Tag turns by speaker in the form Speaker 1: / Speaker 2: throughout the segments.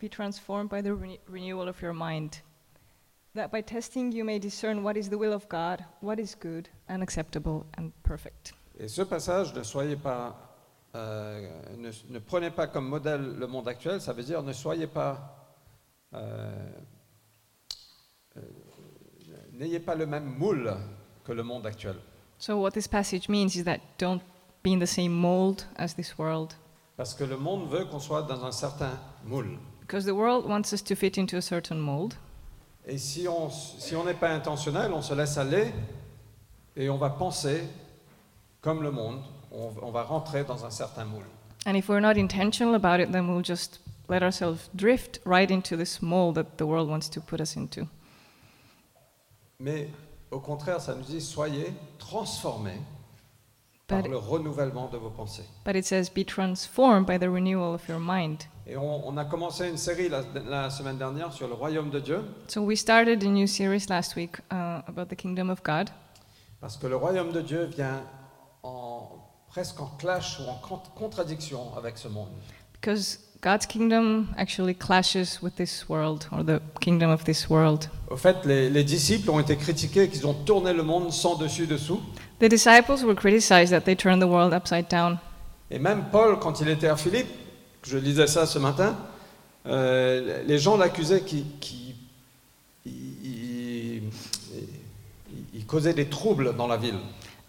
Speaker 1: Be transformed by the rene- renewal of your mind, that by testing you may discern what is the will of God, what is good and acceptable and perfect.
Speaker 2: Et ce passage, ne soyez pas, euh, ne, ne prenez pas comme modèle le monde actuel, ça veut dire ne soyez pas, euh, euh, n'ayez pas le même moule que le monde actuel.
Speaker 1: So, what this passage means is that don't be in the same mold as this world,
Speaker 2: Parce que le monde veut qu'on soit dans un certain moule.
Speaker 1: because the world wants us to fit into a certain mold.
Speaker 2: Et si on s- si on n'est pas intentionnel, on se laisse aller et on va penser comme le monde, on, on va rentrer dans un certain moule.
Speaker 1: And if we're not intentional about it, then we'll just let ourselves drift right into this mold that the world wants to put us into.
Speaker 2: Mais au contraire, ça nous dit soyez transformés par
Speaker 1: But,
Speaker 2: le renouvellement de vos pensées.
Speaker 1: but it says, be transformed by the renewal of your mind.
Speaker 2: Et on, on a commencé une série la, la semaine dernière sur le royaume de Dieu,
Speaker 1: So, we started a new series last week uh, about the kingdom of God,
Speaker 2: parce que le royaume de Dieu vient en, presque en clash ou en cont- contradiction avec ce monde.
Speaker 1: because God's kingdom actually clashes with this world or the kingdom of this world.
Speaker 2: Au fait, les, les disciples ont été critiqués qu'ils ont tourné le monde sans dessus dessous.
Speaker 1: The disciples were criticized that they turned the world upside down.
Speaker 2: Et même Paul, quand il était à Philippe, je lisais ça ce matin, euh, les gens l'accusaient qu'il qu'il- il- il- il- il causait des troubles dans la ville.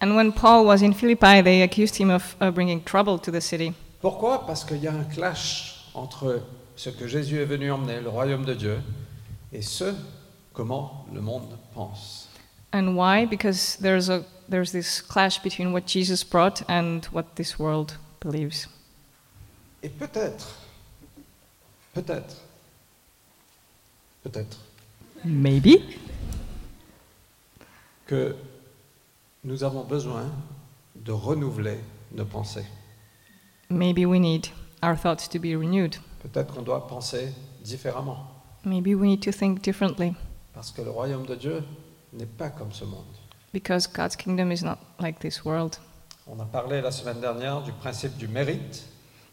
Speaker 1: And when Paul was in Philippi, they accused him of uh, bringing trouble to the city.
Speaker 2: Pourquoi Parce qu'il y a un clash entre ce que Jésus est venu emmener, le royaume de Dieu, et ce comment le monde pense.
Speaker 1: And why? Because there's, a, there's this clash between what Jesus brought and what this world believes.
Speaker 2: Et peut-être, peut-être, peut-être
Speaker 1: Maybe.
Speaker 2: que nous avons besoin de renouveler nos pensées.
Speaker 1: Maybe we need our thoughts to be renewed.
Speaker 2: Peut-être qu'on doit penser différemment,
Speaker 1: Maybe we need to think differently
Speaker 2: parce que le royaume de Dieu n'est pas comme ce monde.
Speaker 1: because God's kingdom is not like this world.
Speaker 2: On a parlé la semaine dernière du principe du mérite.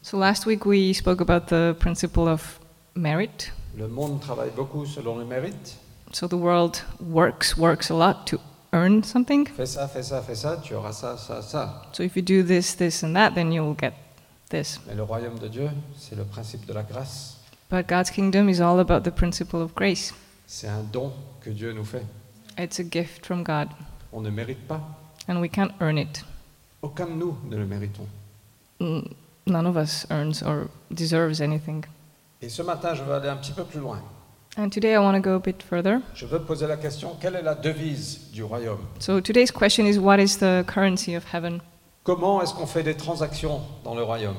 Speaker 1: So last week we spoke about the principle of merit.
Speaker 2: Le monde travaille beaucoup selon le mérite.
Speaker 1: So the world works, works a lot to earn something.
Speaker 2: Fais ça, fais ça, fais ça, tu auras ça, ça, ça.
Speaker 1: So if you do this, this, and that, then you'll get this.
Speaker 2: Mais le royaume de Dieu, c'est le principe de la grâce.
Speaker 1: But God's kingdom is all about the principle of grace.
Speaker 2: C'est un don que Dieu nous fait.
Speaker 1: It's a gift from God,
Speaker 2: On ne mérite pas.
Speaker 1: and we can't earn it.
Speaker 2: Aucun de nous ne le méritons.
Speaker 1: Mm, None of us earns or deserves anything.
Speaker 2: Et ce matin, je veux aller un petit peu plus loin.
Speaker 1: And today I want to go a bit further.
Speaker 2: Je veux poser la question, quelle est la devise du royaume
Speaker 1: So today's question is what is the currency of heaven?
Speaker 2: Comment est-ce qu'on fait des transactions dans le royaume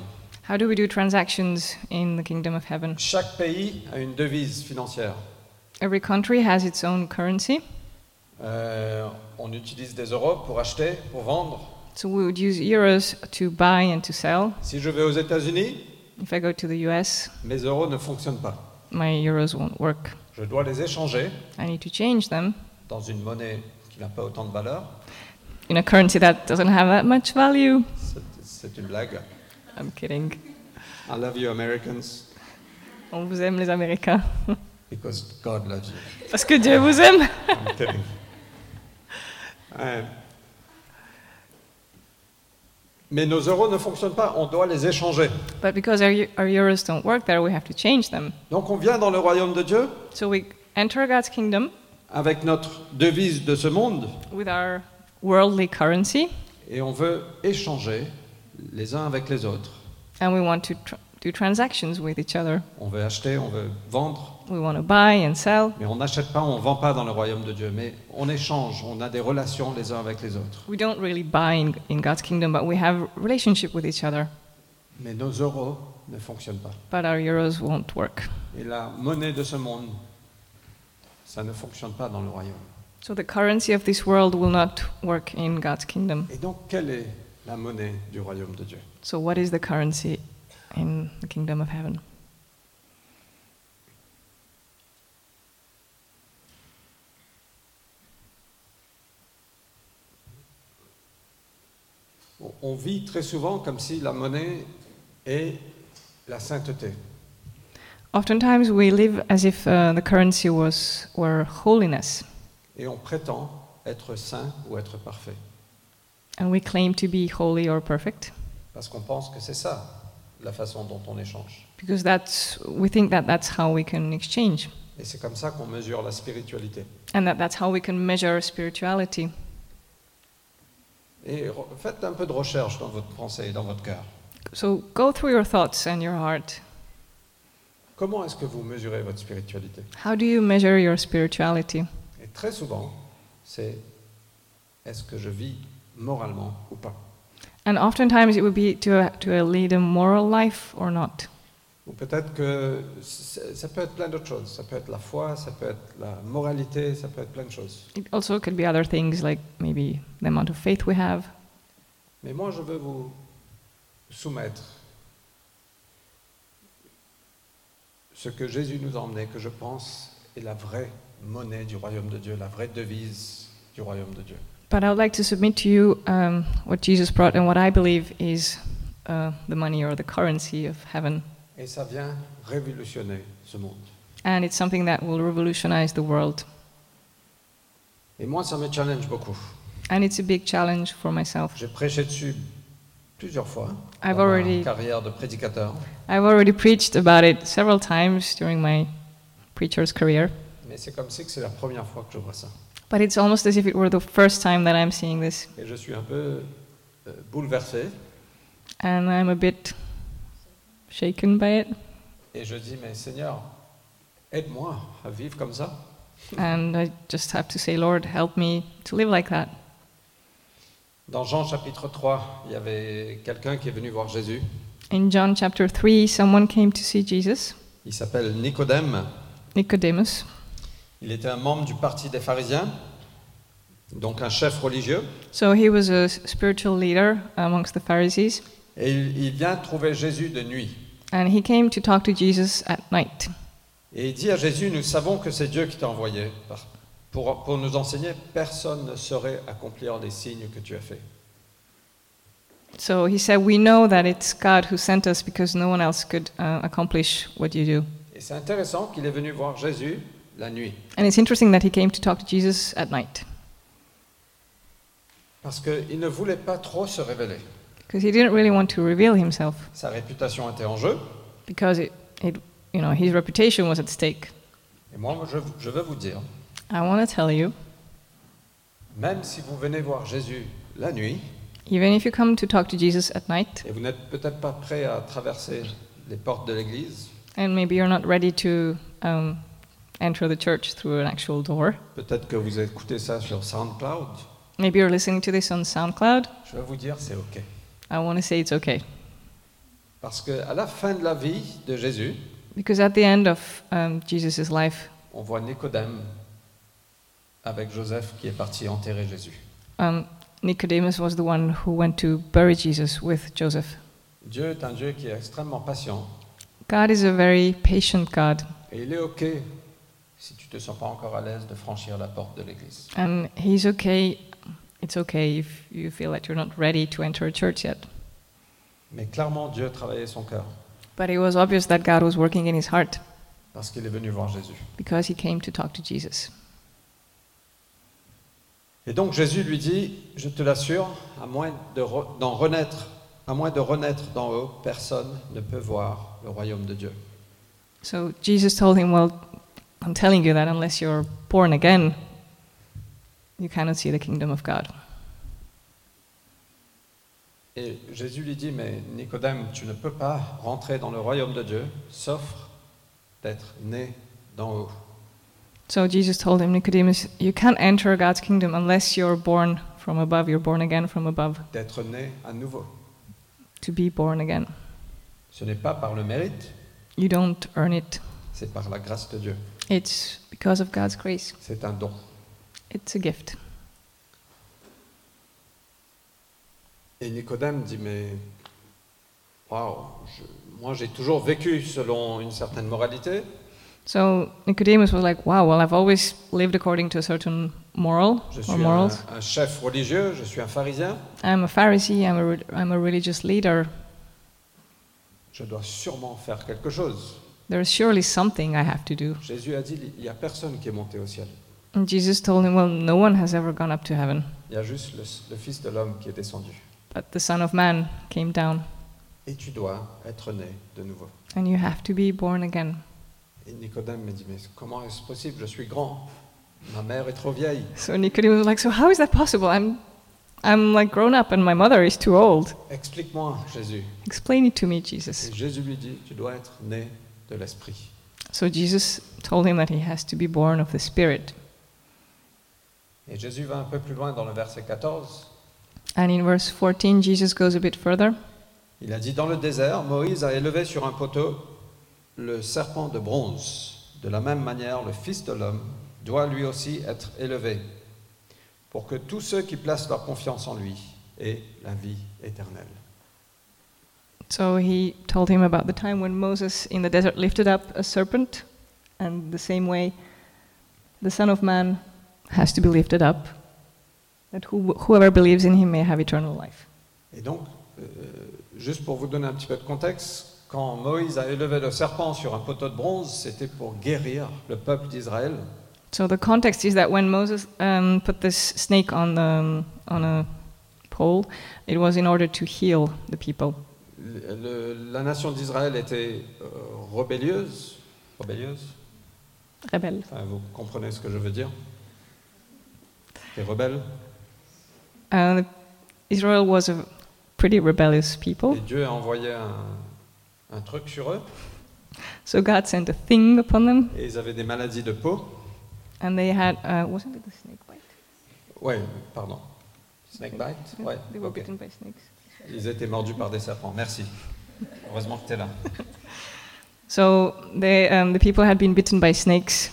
Speaker 1: How do we do transactions in the kingdom of heaven?
Speaker 2: Chaque pays a une devise financière.
Speaker 1: Every country has its own currency.
Speaker 2: Euh, on utilise des euros pour acheter, pour vendre.
Speaker 1: So we would use euros to buy and to sell.
Speaker 2: Si je vais aux États-Unis,
Speaker 1: If I go to the US,
Speaker 2: mes euros ne fonctionnent pas.
Speaker 1: my euros won't work.
Speaker 2: Je dois les échanger
Speaker 1: I need to change them
Speaker 2: dans une monnaie qui n'a pas autant de valeur.
Speaker 1: in a currency that doesn't have that much value.
Speaker 2: C'est- C'est une blague.
Speaker 1: I'm kidding.
Speaker 2: I love you Americans
Speaker 1: On vous aime les Américains.
Speaker 2: because God loves you.
Speaker 1: Parce que Dieu vous aime.
Speaker 2: I'm kidding. Euh, mais nos euros ne fonctionnent pas, on doit les échanger.
Speaker 1: But because our, eu- our euros don't work there, we have to change them.
Speaker 2: Donc on vient dans le royaume de Dieu
Speaker 1: So we enter God's kingdom
Speaker 2: avec notre devise de ce monde
Speaker 1: with our worldly currency
Speaker 2: et on veut échanger les uns avec les autres.
Speaker 1: and we want to tr- do transactions with each other.
Speaker 2: On veut acheter, on veut vendre,
Speaker 1: We want to buy and sell.
Speaker 2: mais on n'achète pas, on ne vend pas dans le royaume de Dieu, mais on échange, on a des relations les uns avec les autres.
Speaker 1: We don't really buy in, in God's kingdom, but we have relationship with each other.
Speaker 2: Mais nos euros ne fonctionnent pas.
Speaker 1: But our euros won't work.
Speaker 2: Et la monnaie de ce monde, ça ne fonctionne pas dans le royaume.
Speaker 1: So the currency of this world will not work in God's kingdom.
Speaker 2: Et donc, quelle est la monnaie du royaume de Dieu
Speaker 1: So what is the currency in the kingdom of heaven?
Speaker 2: On- On vit très souvent comme si la monnaie est la sainteté.
Speaker 1: Oftentimes we live as if uh, the currency was were holiness,
Speaker 2: et on prétend être saint ou être parfait,
Speaker 1: and we claim to be holy or perfect
Speaker 2: parce qu'on pense que c'est ça la façon dont on échange.
Speaker 1: because that's we think that that's how we can exchange
Speaker 2: Et c'est comme ça qu'on mesure la spiritualité.
Speaker 1: and that that's how we can measure spirituality.
Speaker 2: Et re- faites un peu de recherche dans votre pensée et dans votre cœur.
Speaker 1: So go through your thoughts and your heart.
Speaker 2: Comment est-ce que vous mesurez votre spiritualité
Speaker 1: How do you measure your spirituality?
Speaker 2: Et très souvent, c'est est-ce que je vis moralement ou pas
Speaker 1: And oftentimes it would be to to lead a moral life or not.
Speaker 2: Ou peut-être que c'est- ça peut être plein d'autres choses. Ça peut être la foi, ça peut être la moralité, ça peut être plein de choses.
Speaker 1: It also could be other things like maybe the amount of faith we have.
Speaker 2: Mais moi, je veux vous soumettre ce que Jésus nous a emmené, que je pense est la vraie monnaie du royaume de Dieu, la vraie devise du royaume de Dieu.
Speaker 1: But I would like to submit to you um, what Jesus brought and what I believe is uh, the money or the currency of heaven.
Speaker 2: Et ça vient révolutionner ce monde.
Speaker 1: And it's something that will revolutionize the world.
Speaker 2: Et moi, ça me challenge beaucoup.
Speaker 1: And it's a big challenge for myself.
Speaker 2: J'ai prêché dessus plusieurs fois
Speaker 1: I've
Speaker 2: dans ma
Speaker 1: already-
Speaker 2: carrière de prédicateur,
Speaker 1: I've already preached about it several times during my preacher's career.
Speaker 2: mais c'est comme si que c'est la première fois que je vois ça.
Speaker 1: But it's almost as if it were the first time that I'm seeing this.
Speaker 2: Et je suis un peu euh, bouleversé
Speaker 1: And I'm a bit shaken by it.
Speaker 2: et je dis, mais Seigneur, aide-moi à vivre comme ça.
Speaker 1: And I just have to say, Lord, help me to live like that.
Speaker 2: Dans Jean chapitre 3, il y avait quelqu'un qui est venu voir Jésus.
Speaker 1: In John chapter 3, someone came to see Jesus,
Speaker 2: Il s'appelle Nicodème.
Speaker 1: Nicodemus.
Speaker 2: Il était un membre du parti des pharisiens, donc un chef religieux.
Speaker 1: So he was a s- spiritual leader amongst the Pharisees,
Speaker 2: Et il, il vient trouver Jésus de nuit.
Speaker 1: and he came to talk to Jesus at night.
Speaker 2: Et il dit à Jésus, nous savons que c'est Dieu qui t'a envoyé. Par- Pour, pour nous enseigner, personne ne saurait accomplir les signes que tu as faits.
Speaker 1: So he said, We know that it's God who sent us because no one else could uh, accomplish what you do.
Speaker 2: Et c'est intéressant qu'il est venu voir Jésus la nuit.
Speaker 1: And it's interesting that he came to talk to Jesus at night
Speaker 2: Parce qu'il ne voulait pas trop se révéler.
Speaker 1: because he didn't really want to reveal himself
Speaker 2: Sa réputation était en jeu.
Speaker 1: because it, it, you know, his reputation was at stake.
Speaker 2: Et moi, je, je veux vous dire,
Speaker 1: I want to tell you,
Speaker 2: même si vous venez voir Jésus la nuit,
Speaker 1: even if you come to talk to Jesus at night,
Speaker 2: et vous n'êtes peut-être pas prêt à traverser les portes de l'église,
Speaker 1: and maybe you're not ready to um, enter the church through an actual door,
Speaker 2: peut-être que vous écoutez ça sur SoundCloud,
Speaker 1: maybe you're listening to this on SoundCloud.
Speaker 2: je veux vous dire, c'est OK.
Speaker 1: I want to say it's okay.
Speaker 2: Parce qu'à la fin de la vie de Jésus,
Speaker 1: Because at the end of um, Jesus' life,
Speaker 2: on voit Nicodème avec Joseph qui est parti enterrer Jésus.
Speaker 1: um, Nicodemus was the one who went to bury Jesus with Joseph.
Speaker 2: Dieu est un Dieu qui est extrêmement patient
Speaker 1: God is a very patient God,
Speaker 2: et il est OK si tu ne te sens pas encore à l'aise de franchir la porte de l'église.
Speaker 1: and He's okay. It's okay if you feel that you're not ready to enter a church yet.
Speaker 2: Mais clairement, Dieu travaillait son cœur
Speaker 1: But it was obvious that God was working in his heart
Speaker 2: parce qu'il est venu voir Jésus.
Speaker 1: because he came to talk to Jesus.
Speaker 2: Et donc Jésus lui dit, je te l'assure, à moins de re- d'en renaître, à moins de renaître d'en haut, personne ne peut voir le royaume de Dieu.
Speaker 1: So Jesus told him, Well, I'm telling you that unless you're born again, you cannot see the kingdom of God.
Speaker 2: Et Jésus lui dit, mais Nicodème, tu ne peux pas rentrer dans le royaume de Dieu, sauf d'être né d'en haut.
Speaker 1: So Jesus told him, Nicodemus, you can't enter God's kingdom unless you're born from above, you're born again from above,
Speaker 2: d'être né à nouveau.
Speaker 1: to be born again.
Speaker 2: Ce n'est pas par le mérite,
Speaker 1: You don't earn it.
Speaker 2: c'est par la grâce de Dieu.
Speaker 1: It's because of God's grace.
Speaker 2: C'est un don.
Speaker 1: It's a gift.
Speaker 2: Et Nicodème dit mais waouh, je- moi j'ai toujours vécu selon une certaine moralité,
Speaker 1: So Nicodemus was like, wow, well, I've always lived according to a certain moral
Speaker 2: je
Speaker 1: or
Speaker 2: suis un,
Speaker 1: morals.
Speaker 2: un chef religieux, je suis un pharisien,
Speaker 1: I'm a Pharisee, I'm a, re- I'm a religious leader.
Speaker 2: je dois sûrement faire quelque chose
Speaker 1: There is surely something I have to do.
Speaker 2: Jésus a dit, il n'y a personne qui est monté au ciel.
Speaker 1: And Jesus told him, Well, no one has ever gone up to heaven,
Speaker 2: Il y a juste le, le Fils de l'homme qui est descendu.
Speaker 1: but the Son of Man came down,
Speaker 2: Et tu dois être né de nouveau.
Speaker 1: and you have to be born again.
Speaker 2: Et Nicodème me dit, mais comment est-ce possible Je suis grand. Ma mère est trop vieille.
Speaker 1: So Nicodemus was like, So how is that possible? I'm, I'm like grown up, and my mother is too old.
Speaker 2: Explique-moi, Jésus.
Speaker 1: Explain it to me, Jesus.
Speaker 2: Et Jésus lui dit, tu dois être né de l'Esprit.
Speaker 1: So Jesus told him that he has to be born of the Spirit.
Speaker 2: Et Jésus va un peu plus loin dans le verset 14.
Speaker 1: And in verse 14, Jesus goes a bit further.
Speaker 2: Il a dit, dans le désert, Moïse a élevé sur un poteau le serpent de bronze. De la même manière, le Fils de l'homme doit lui aussi être élevé, pour que tous ceux qui placent leur confiance en lui aient la vie éternelle.
Speaker 1: So he told him about the time when Moses in the desert lifted up a serpent, and the same way the Son of Man has to be lifted up, that who, whoever believes in him may have eternal life.
Speaker 2: Et donc, euh, juste pour vous donner un petit peu de contexte, quand Moïse a élevé le serpent sur un poteau de bronze, c'était pour guérir le peuple d'Israël.
Speaker 1: So the context is that when Moses um, put this snake on, the, um, on a pole, it was in order to heal the people.
Speaker 2: Le- le- la nation d'Israël était euh, rebellieuse. Rebellieuse
Speaker 1: Rebel.
Speaker 2: Enfin, Vous comprenez ce que je veux dire Des rebelles.
Speaker 1: Uh, Israel was a pretty rebellious people,
Speaker 2: Et Dieu a envoyé un, un truc sur eux.
Speaker 1: so God sent a thing upon them,
Speaker 2: Et ils avaient des maladies de peau.
Speaker 1: and they had uh, wasn't it the snake bite?
Speaker 2: Ouais, pardon. Snake bite Ouais,
Speaker 1: They were
Speaker 2: ok.
Speaker 1: bitten by snakes.
Speaker 2: Ils étaient mordus par des serpents. Merci. Heureusement que tu es là.
Speaker 1: So they, um, the people had been bitten by snakes,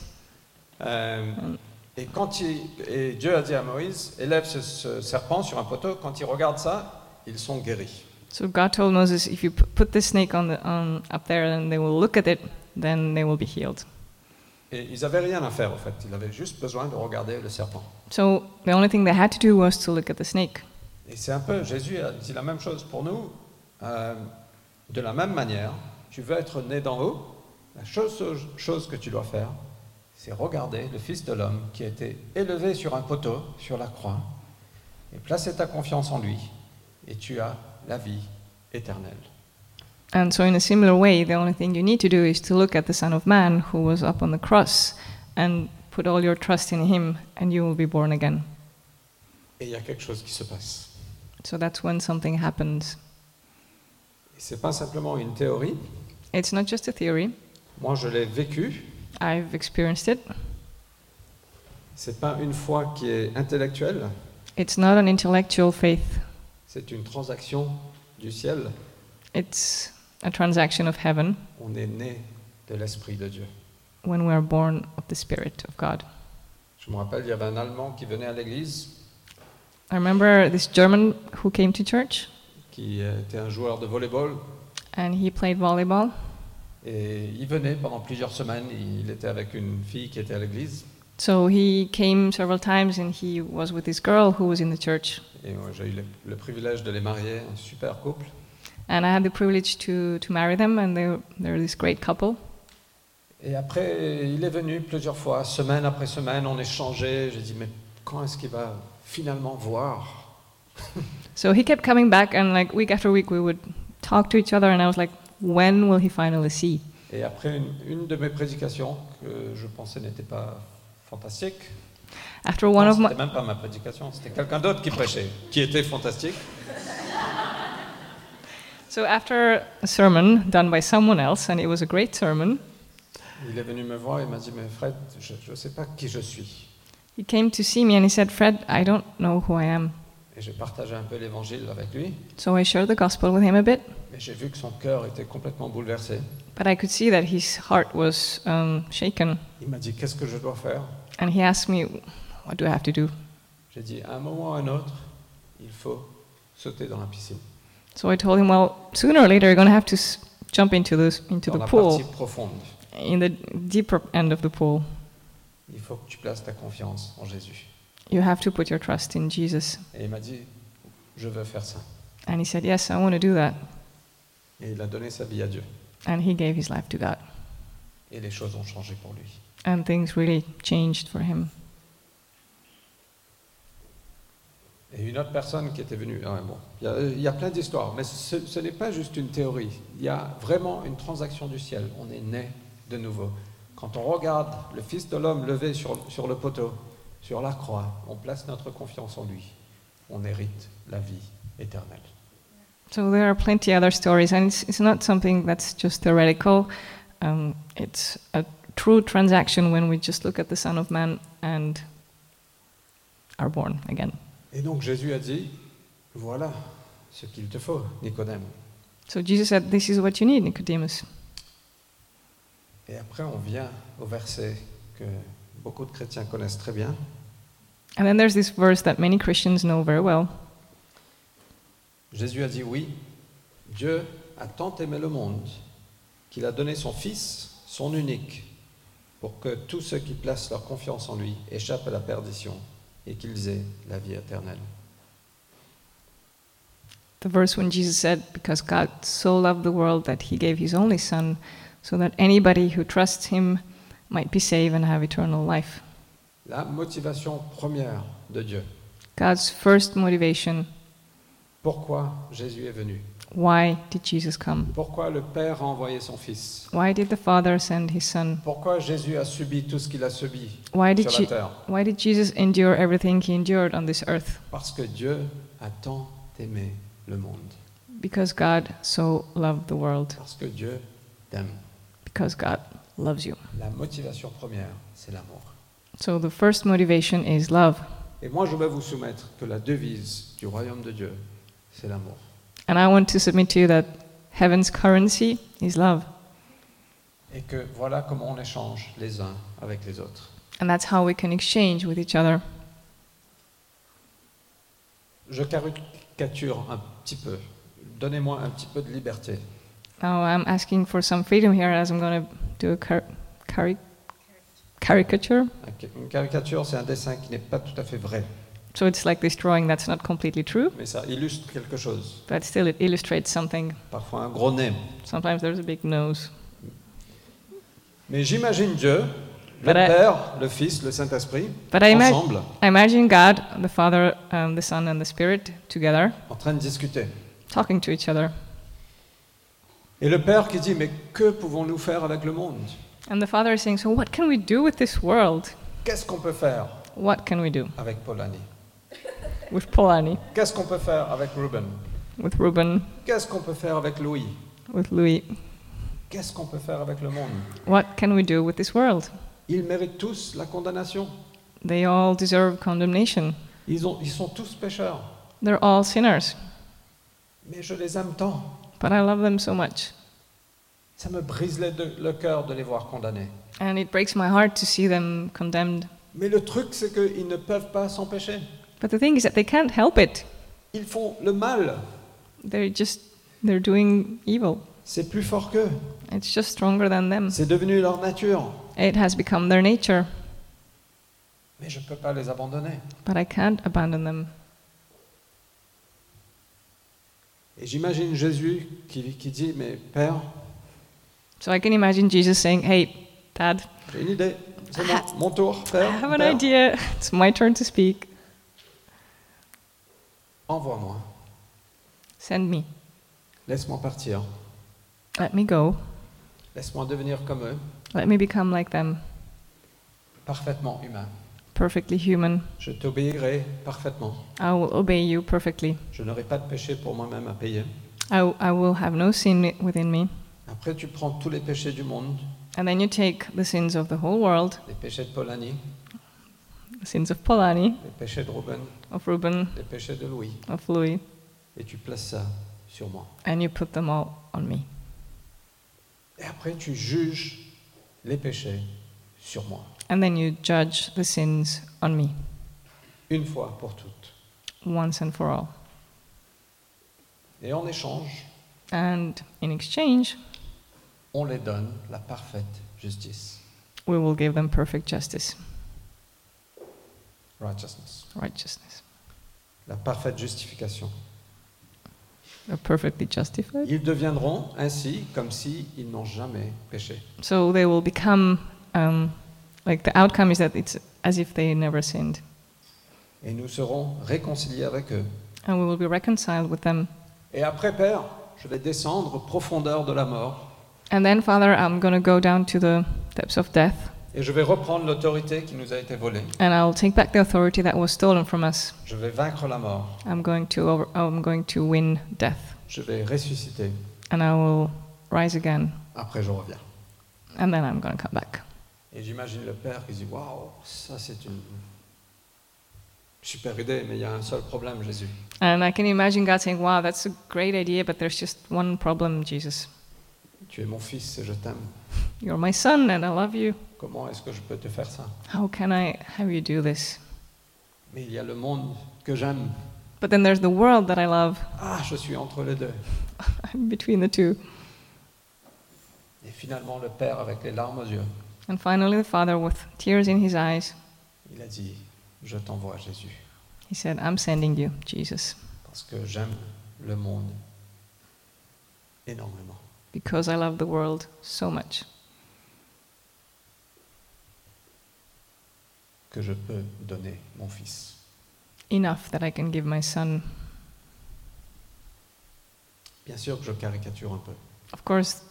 Speaker 2: Euh, et quand il- et Dieu a dit à Moïse, élève ce, ce serpent sur un poteau. Quand ils regardent ça, ils sont guéris.
Speaker 1: so God told Moses, if you p- put this snake on the, on, up there and they will look at it, then they will be healed.
Speaker 2: Et ils n'avaient rien à faire, en fait. Ils avaient juste besoin de regarder le serpent.
Speaker 1: So the only thing they had to do was to look at the snake.
Speaker 2: Et c'est un peu, Jésus a dit la même chose pour nous. Euh, de la même manière, tu veux être né d'en haut, la chose, chose que tu dois faire, c'est regarder le Fils de l'homme qui a été élevé sur un poteau, sur la croix, et placer ta confiance en lui, et tu as la vie éternelle.
Speaker 1: And so, in a similar way, the only thing you need to do is to look at the Son of Man who was up on the cross and put all your trust in him, and you will be born again.
Speaker 2: Et il y a quelque chose qui se passe.
Speaker 1: So that's when something happens.
Speaker 2: Et c'est pas simplement une théorie.
Speaker 1: It's not just a theory,
Speaker 2: Moi, je l'ai vécu.
Speaker 1: I've experienced it.
Speaker 2: C'est pas une foi qui est intellectuelle.
Speaker 1: It's not an intellectual faith,
Speaker 2: C'est une transaction du ciel.
Speaker 1: it's a transaction of heaven.
Speaker 2: On est né de l'esprit de Dieu.
Speaker 1: when we are born of the Spirit of God.
Speaker 2: Je me rappelle, il y avait un Allemand qui venait à l'église,
Speaker 1: I remember this German who came to church
Speaker 2: qui euh, était un joueur de volleyball,
Speaker 1: and he played volleyball.
Speaker 2: et il venait pendant plusieurs semaines. Il était avec une fille qui était à l'église,
Speaker 1: So he came several times and he was with this girl who was in the church.
Speaker 2: et moi, j'ai eu le, le privilège de les marier, un super couple.
Speaker 1: And I had the privilege to, to marry them and they're, they're this great couple.
Speaker 2: Et après, il est venu plusieurs fois, semaine après semaine, on échangeait. J'ai dit, mais quand est-ce qu'il va finalement voir
Speaker 1: So he kept coming back and like week after week we would talk to each other and I was like, when will he finally see?
Speaker 2: Et après une, une de mes prédications, que je pensais n'était pas fantastique,
Speaker 1: After one
Speaker 2: Non,
Speaker 1: of my
Speaker 2: c'était même pas ma prédication, c'était quelqu'un d'autre qui prêchait, qui était fantastique.
Speaker 1: so after a sermon done by someone else and it was a great sermon,
Speaker 2: Il est venu me voir et m'a dit, mais Fred, je ne sais pas qui je suis.
Speaker 1: he came to see me and he said, Fred, I don't know who I am.
Speaker 2: Et j'ai partagé un peu l'évangile avec lui,
Speaker 1: So I shared the gospel with him a bit,
Speaker 2: mais j'ai vu que son cœur était complètement bouleversé.
Speaker 1: but I could see that his heart was um, shaken.
Speaker 2: Il m'a dit, qu'est-ce que je dois faire
Speaker 1: And he asked me, What do I have to do?
Speaker 2: J'ai dit, à un moment ou à un autre, il faut sauter dans la piscine,
Speaker 1: So I told him, Well, sooner or later, you're going to have to s- jump into the, into
Speaker 2: dans
Speaker 1: the
Speaker 2: la
Speaker 1: pool,
Speaker 2: partie profonde.
Speaker 1: in the deeper end of the pool.
Speaker 2: Il faut que tu places ta confiance en Jésus.
Speaker 1: You have to put your trust in Jesus.
Speaker 2: Et il m'a dit, je veux faire ça.
Speaker 1: And he said, Yes, I want to do that.
Speaker 2: Et il a donné sa vie à Dieu.
Speaker 1: And he gave his life to God.
Speaker 2: Et les choses ont changé pour lui.
Speaker 1: and things really changed for him.
Speaker 2: Et une autre personne qui était venue. ah, bon, il y a- il y, a plein d'histoires, mais ce, ce n'est pas juste une théorie. Il y a vraiment une transaction du ciel. On est né de nouveau. Quand on regarde le Fils de l'homme levé sur, sur le poteau, sur la croix, on place notre confiance en lui. On hérite la vie éternelle.
Speaker 1: So there are plenty other stories, and it's, it's not something that's just theoretical. Um, it's a true transaction when we just look at the Son of Man and are born again.
Speaker 2: Et donc Jésus a dit Voilà ce qu'il te faut, Nicodème.
Speaker 1: So Jesus said, "This is what you need, Nicodemus."
Speaker 2: Et après, on vient au verset que beaucoup de chrétiens connaissent très bien.
Speaker 1: And then there's this verse that many Christians know very well.
Speaker 2: Jésus a dit oui, Dieu a tant aimé le monde qu'il a donné son Fils, son unique, pour que tous ceux qui placent leur confiance en lui échappent à la perdition et qu'ils aient la vie éternelle.
Speaker 1: The verse when Jesus said, Because God so loved the world that he gave his only Son, so that anybody who trusts him might be saved and have eternal life.
Speaker 2: La motivation première de Dieu.
Speaker 1: God's first motivation
Speaker 2: Pourquoi Jésus est venu
Speaker 1: why did Jesus come?
Speaker 2: Pourquoi le Père a envoyé son Fils
Speaker 1: Why did the Father send his Son?
Speaker 2: Pourquoi Jésus a subi tout ce qu'il a subi
Speaker 1: Why did,
Speaker 2: sur la
Speaker 1: Je-
Speaker 2: terre
Speaker 1: why did Jesus endure everything he endured on this earth?
Speaker 2: Parce que Dieu a tant aimé le monde.
Speaker 1: Because God so loved the world.
Speaker 2: Parce que Dieu t'aime.
Speaker 1: Because God loves you.
Speaker 2: La motivation première, c'est l'amour.
Speaker 1: So the first motivation is love.
Speaker 2: Et moi, je vais vous soumettre que la devise du royaume de Dieu, c'est l'amour.
Speaker 1: And I want to submit to you that heaven's currency is love.
Speaker 2: Et que voilà comment on échange les uns avec les autres.
Speaker 1: And that's how we can exchange with each other.
Speaker 2: Je caricature un petit peu. Donnez-moi un petit peu de liberté.
Speaker 1: Now I'm asking for some freedom here as I'm going to do a car- cari- caricature.
Speaker 2: Un- Une caricature, c'est un dessin qui n'est pas tout à fait vrai,
Speaker 1: So it's like this drawing that's not completely true,
Speaker 2: mais ça illustre quelque chose.
Speaker 1: but still it illustrates something.
Speaker 2: Parfois un gros nez.
Speaker 1: Sometimes there's a big nose.
Speaker 2: Mais j'imagine Dieu, le
Speaker 1: But I-
Speaker 2: Père, le Fils, le Saint-Esprit,
Speaker 1: But I, ima-
Speaker 2: ensemble,
Speaker 1: I imagine God, the Father, um, the Son, and the Spirit together
Speaker 2: en train de discuter.
Speaker 1: talking to each other.
Speaker 2: Et le Père qui dit, mais que pouvons-nous faire avec le monde
Speaker 1: And the Father is saying, So what can we do with this world?
Speaker 2: Qu'est-ce qu'on peut faire
Speaker 1: What can we do
Speaker 2: avec Polanyi
Speaker 1: with Polani,
Speaker 2: Qu'est-ce qu'on peut faire avec Ruben
Speaker 1: with Ruben,
Speaker 2: Qu'est-ce qu'on peut faire avec Louis
Speaker 1: with Louis?
Speaker 2: Qu'est-ce qu'on peut faire avec le monde
Speaker 1: What can we do with this world?
Speaker 2: Ils méritent tous la condamnation.
Speaker 1: They all deserve condemnation.
Speaker 2: Ils, ont- ils sont tous pécheurs.
Speaker 1: They're all sinners,
Speaker 2: Mais je les aime tant.
Speaker 1: but I love them so much.
Speaker 2: Ça me brise les deux- le cœur de les voir condamnés.
Speaker 1: And it breaks my heart to see them condemned.
Speaker 2: Mais le truc, c'est qu'ils ne peuvent pas s'empêcher.
Speaker 1: But the thing is that they can't help it.
Speaker 2: Ils font le mal.
Speaker 1: They're just, they're doing evil.
Speaker 2: C'est plus fort qu'eux.
Speaker 1: It's just stronger than them.
Speaker 2: C'est devenu leur nature.
Speaker 1: It has become their nature,
Speaker 2: Mais je ne peux pas les abandonner.
Speaker 1: but I can't abandon them.
Speaker 2: Et j'imagine Jésus qui, qui dit, mais Père,
Speaker 1: So I can imagine Jesus saying, Hey, Dad,
Speaker 2: j'ai une idée. C'est mon, mon tour, Père.
Speaker 1: I have an
Speaker 2: Père,
Speaker 1: idea. It's my turn to speak.
Speaker 2: Envoie-moi.
Speaker 1: Send me.
Speaker 2: Laisse-moi partir.
Speaker 1: Let me go.
Speaker 2: Laisse-moi devenir comme eux,
Speaker 1: Let me become like them,
Speaker 2: parfaitement humain.
Speaker 1: perfectly human.
Speaker 2: Je t'obéirai parfaitement.
Speaker 1: I will obey you perfectly.
Speaker 2: Je n'aurai pas de péché pour moi-même à payer.
Speaker 1: I, I will have no sin within me.
Speaker 2: Après, tu prends tous les péchés du monde,
Speaker 1: And then you take the sins of the whole world,
Speaker 2: les péchés de Polanyi,
Speaker 1: the sins of Polani,
Speaker 2: les péchés de Ruben,
Speaker 1: of Reuben,
Speaker 2: les péchés de Louis,
Speaker 1: of Louis,
Speaker 2: et tu places ça sur moi.
Speaker 1: and you put them all on me.
Speaker 2: Et après, tu juges les péchés sur moi,
Speaker 1: And then you judge the sins on me
Speaker 2: une fois pour toutes.
Speaker 1: once and for all.
Speaker 2: Et en échange,
Speaker 1: And in exchange,
Speaker 2: on les donne la parfaite justice,
Speaker 1: we will give them perfect justice,
Speaker 2: righteousness,
Speaker 1: righteousness,
Speaker 2: la parfaite justification.
Speaker 1: are perfectly justified.
Speaker 2: Ils deviendront ainsi comme si ils n'ont jamais péché.
Speaker 1: So they will become, um, like, the outcome is that it's as if they never sinned.
Speaker 2: Et nous serons réconciliés avec eux.
Speaker 1: And we will be reconciled with them.
Speaker 2: Et après, Père, je vais descendre aux profondeurs de la mort
Speaker 1: And then, Father, I'm going to go down to the depths of death
Speaker 2: et je vais reprendre l'autorité qui nous a été volée.
Speaker 1: and I'll take back the authority that was stolen from us.
Speaker 2: Je vais vaincre la mort.
Speaker 1: I'm going to, over, I'm going to win death
Speaker 2: Je vais ressusciter.
Speaker 1: and I will rise again.
Speaker 2: Après, je reviens.
Speaker 1: And then I'm going to come back.
Speaker 2: Et j'imagine le Père qui dit Waouh, ça c'est une super idée, mais il y a un seul problème, Jésus.
Speaker 1: And I can imagine God saying, Wow, that's a great idea, but there's just one problem, Jesus.
Speaker 2: Tu es mon fils et je t'aime.
Speaker 1: You're my son and I love you.
Speaker 2: Comment est-ce que je peux te faire ça
Speaker 1: How can I have you do this?
Speaker 2: Mais il y a le monde que j'aime.
Speaker 1: But then there's the world that I love.
Speaker 2: Ah, je suis entre les deux.
Speaker 1: I'm between the two.
Speaker 2: Et finalement, le Père, avec les larmes aux yeux,
Speaker 1: And finally, the father, with tears in his eyes,
Speaker 2: il a dit Je t'envoie, Jésus,
Speaker 1: he said, I'm sending you, Jesus,
Speaker 2: parce que j'aime le monde énormément.
Speaker 1: because I love the world so much
Speaker 2: Que je peux donner mon fils.
Speaker 1: enough that I can give my son.
Speaker 2: Bien sûr que je caricature un peu,
Speaker 1: Of course,